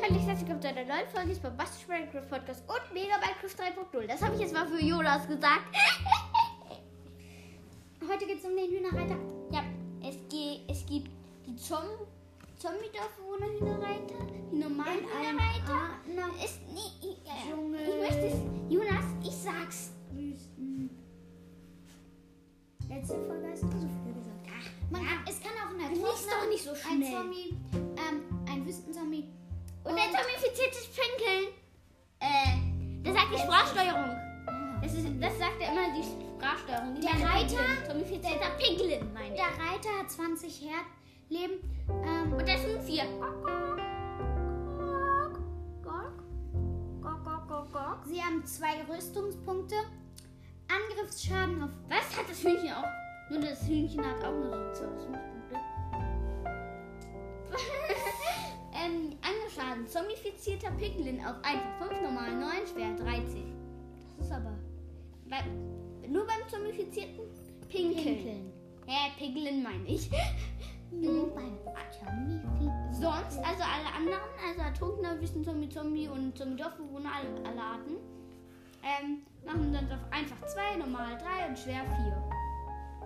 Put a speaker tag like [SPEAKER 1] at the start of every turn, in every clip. [SPEAKER 1] herzlich willkommen zu einer neuen Folge des Bombastic Minecraft Podcast und Mega Minecraft 3.0. Das habe ich jetzt mal für Jonas gesagt. Heute geht es um den Hühnerreiter. Ja, es, ge es gibt die Zom Zombie-Dörfer ohne Hühnerreiter, die normalen
[SPEAKER 2] Der
[SPEAKER 1] Hühnerreiter. Ist, nee, ich,
[SPEAKER 2] Dschungel.
[SPEAKER 1] ich möchte es, Jonas, ich sag's.
[SPEAKER 2] Wüsten. Letzte Folge hast du so viel gesagt.
[SPEAKER 1] Man
[SPEAKER 2] Ja,
[SPEAKER 1] kann,
[SPEAKER 2] es kann auch in der
[SPEAKER 1] Du liest
[SPEAKER 2] Trockner
[SPEAKER 1] doch nicht so
[SPEAKER 2] Ein
[SPEAKER 1] schnell.
[SPEAKER 2] Zombie, ähm, ein Wüstenzombie.
[SPEAKER 1] und der zombifiziert sich pinkeln. Äh, das sagt die Sprachsteuerung. Das, ist, das sagt ja immer die Sprachsteuerung. Die
[SPEAKER 2] Der
[SPEAKER 1] meine
[SPEAKER 2] Reiter-
[SPEAKER 1] Pinkeln. Zombifizierter Pinkelin, meine ich.
[SPEAKER 2] Der Reiter hat 20 Herdleben. Ähm,
[SPEAKER 1] Und das sind vier.
[SPEAKER 2] sie haben zwei Rüstungspunkte. Angriffsschaden auf.
[SPEAKER 1] Was hat das Hühnchen auch? Nur das Hühnchen hat auch nur so Zauberpunkte. ähm, angeschaden. Zombifizierter Piglin auf einfach 5, normal 9, schwer 30. Das ist aber. Bei, nur beim zombifizierten Pinkeln.
[SPEAKER 2] Pinkeln.
[SPEAKER 1] Hä, Piglin meine ich.
[SPEAKER 2] Nur beim Zombie.
[SPEAKER 1] Sonst, also alle anderen, also Ertrunkener, Wissen, Zombie, Zombie und Zombie-Dorfbewohner, alle, alle Arten, ähm, machen dann auf einfach 2, normal 3 und schwer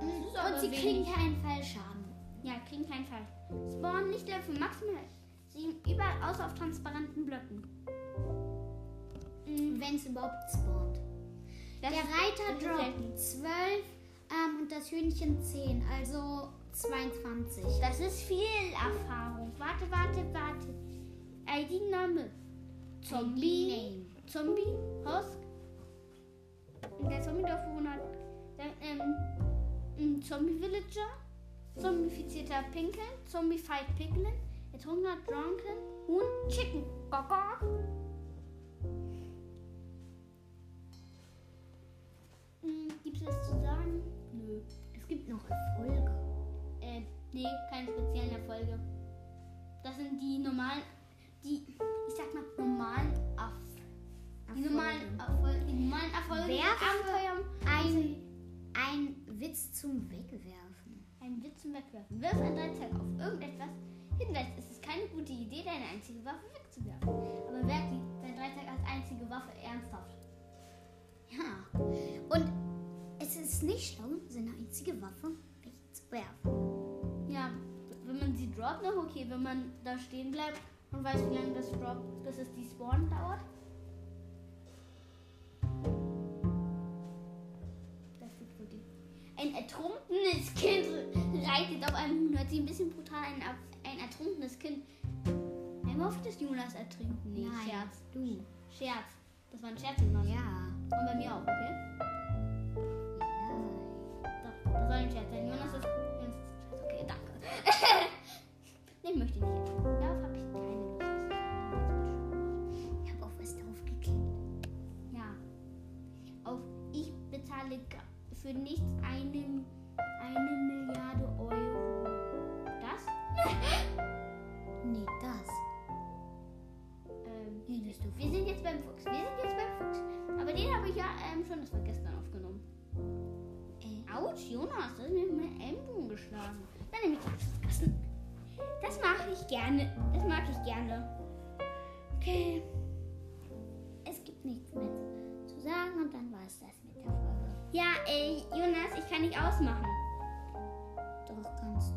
[SPEAKER 1] 4. ist aber
[SPEAKER 2] Und sie
[SPEAKER 1] wenig.
[SPEAKER 2] kriegen keinen Fallschaden.
[SPEAKER 1] Ja, kriegen keinen Fall. Spawn nicht dürfen maximal 7, überall außer auf transparenten Blöcken.
[SPEAKER 2] Wenn es überhaupt spawnt.
[SPEAKER 1] Mhm. Das
[SPEAKER 2] Der
[SPEAKER 1] ist-
[SPEAKER 2] Reiter
[SPEAKER 1] das ist selten.
[SPEAKER 2] droppt 12 ähm, und das Hühnchen 10, also 22.
[SPEAKER 1] Das ist viel Erfahrung. Warte, warte, warte. ID-Name. Zombie.
[SPEAKER 2] ID-Name.
[SPEAKER 1] Zombie. Hosk. Und Der Zombie-Dorfbewohner. hat, Ähm, ein Zombie-Villager. Zombifizierter Pinkel. Zombie-Fight Piglin. Ertrunkener Drunken. Huhn. Chicken. Gogok. Hm, Gibt's was zu sagen? Nö.
[SPEAKER 2] Es gibt noch Erfolge.
[SPEAKER 1] Äh, nee, keine speziellen Erfolge. Das sind die normalen, die, ich sag mal, normalen Erfolge. Die normalen Erfolge, die normalen Erfolge Also die
[SPEAKER 2] Werfe
[SPEAKER 1] Abenteuer.
[SPEAKER 2] Ein, ein Witz zum Wegwerfen.
[SPEAKER 1] Einen Witz zum Wegwerfen. Wirf ein Dreizack auf irgendetwas. Hinweis, es ist keine gute Idee, deine einzige Waffe wegzuwerfen. Aber werf die, dein Dreizack als einzige Waffe ernsthaft.
[SPEAKER 2] Ja. Und es ist nicht schlau, seine einzige Waffe wegzuwerfen.
[SPEAKER 1] Ja, wenn man sie droppt, noch okay. Wenn man da stehen bleibt und weiß, wie lange das droppt, bis es die Spawn dauert. Das ist gut. Ein ertrunkenes Kind reitet auf einem Huhn. Hört sich ein bisschen brutal an. aber Ein ertrunkenes Kind. Einmal hofft das Jonas ertrinken. Nee,
[SPEAKER 2] Nein,
[SPEAKER 1] Scherz.
[SPEAKER 2] du.
[SPEAKER 1] Scherz. Das war ein Scherz, Jonas.
[SPEAKER 2] Ja.
[SPEAKER 1] Und bei mir auch, okay?
[SPEAKER 2] Nein.
[SPEAKER 1] Doch, das soll ein Scherz sein. Jonas ist. Jonas ist Scherz. Okay, danke. nee, möchte ich nicht ertrinken. Darauf habe ich keine Lust. Das ist mir jetzt
[SPEAKER 2] Ich habe auf was draufgeklickt.
[SPEAKER 1] Ja. Auf ich bezahle ga- für nichts einen, eine Milliarde Euro. Das?
[SPEAKER 2] Nee, das.
[SPEAKER 1] Ähm,
[SPEAKER 2] Nee, das ist
[SPEAKER 1] wir sind jetzt beim Fuchs. Wir sind jetzt beim Fuchs. Aber den habe ich ja ähm, schon, das war gestern aufgenommen.
[SPEAKER 2] Äh,
[SPEAKER 1] Autsch, Jonas, das ist mir mein Ellenbogen geschlagen. Dann nehme ich das Gassen. Das mache ich gerne. Das mag ich gerne.
[SPEAKER 2] okay. Es gibt nichts mehr zu sagen und dann war es das mit der Folge.
[SPEAKER 1] Ja, ey, Jonas, ich kann nicht ausmachen.
[SPEAKER 2] Doch kannst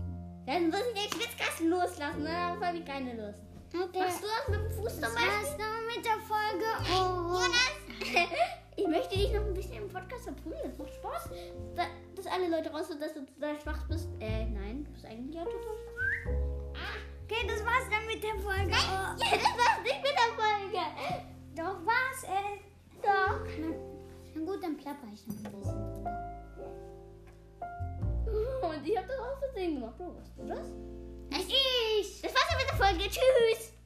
[SPEAKER 1] Dann muss ich den Schwitzkasten loslassen, ne? Darauf habe ich keine Lust.
[SPEAKER 2] du. Okay.
[SPEAKER 1] Machst du das mit dem Fuß zum
[SPEAKER 2] Das war's
[SPEAKER 1] Beispiel?
[SPEAKER 2] dann mit der Folge. Oh.
[SPEAKER 1] Jonas, ich möchte dich noch ein bisschen im Podcast verprügeln. Das macht Spaß, da, dass alle Leute raus sind, dass du total schwach bist. Äh, nein, du bist eigentlich ja total schwach.
[SPEAKER 2] Okay, das war's dann mit der Folge.
[SPEAKER 1] Ja, das war's nicht mit der Folge. äh,
[SPEAKER 2] Doch war's, ey.
[SPEAKER 1] Doch.
[SPEAKER 2] Na, na gut, dann plapper ich noch ein bisschen.
[SPEAKER 1] Und ich habe das aus Versehen gemacht. Bro, warst du das?
[SPEAKER 2] Ich.
[SPEAKER 1] Das war's dann mit der Folge. Tschüss.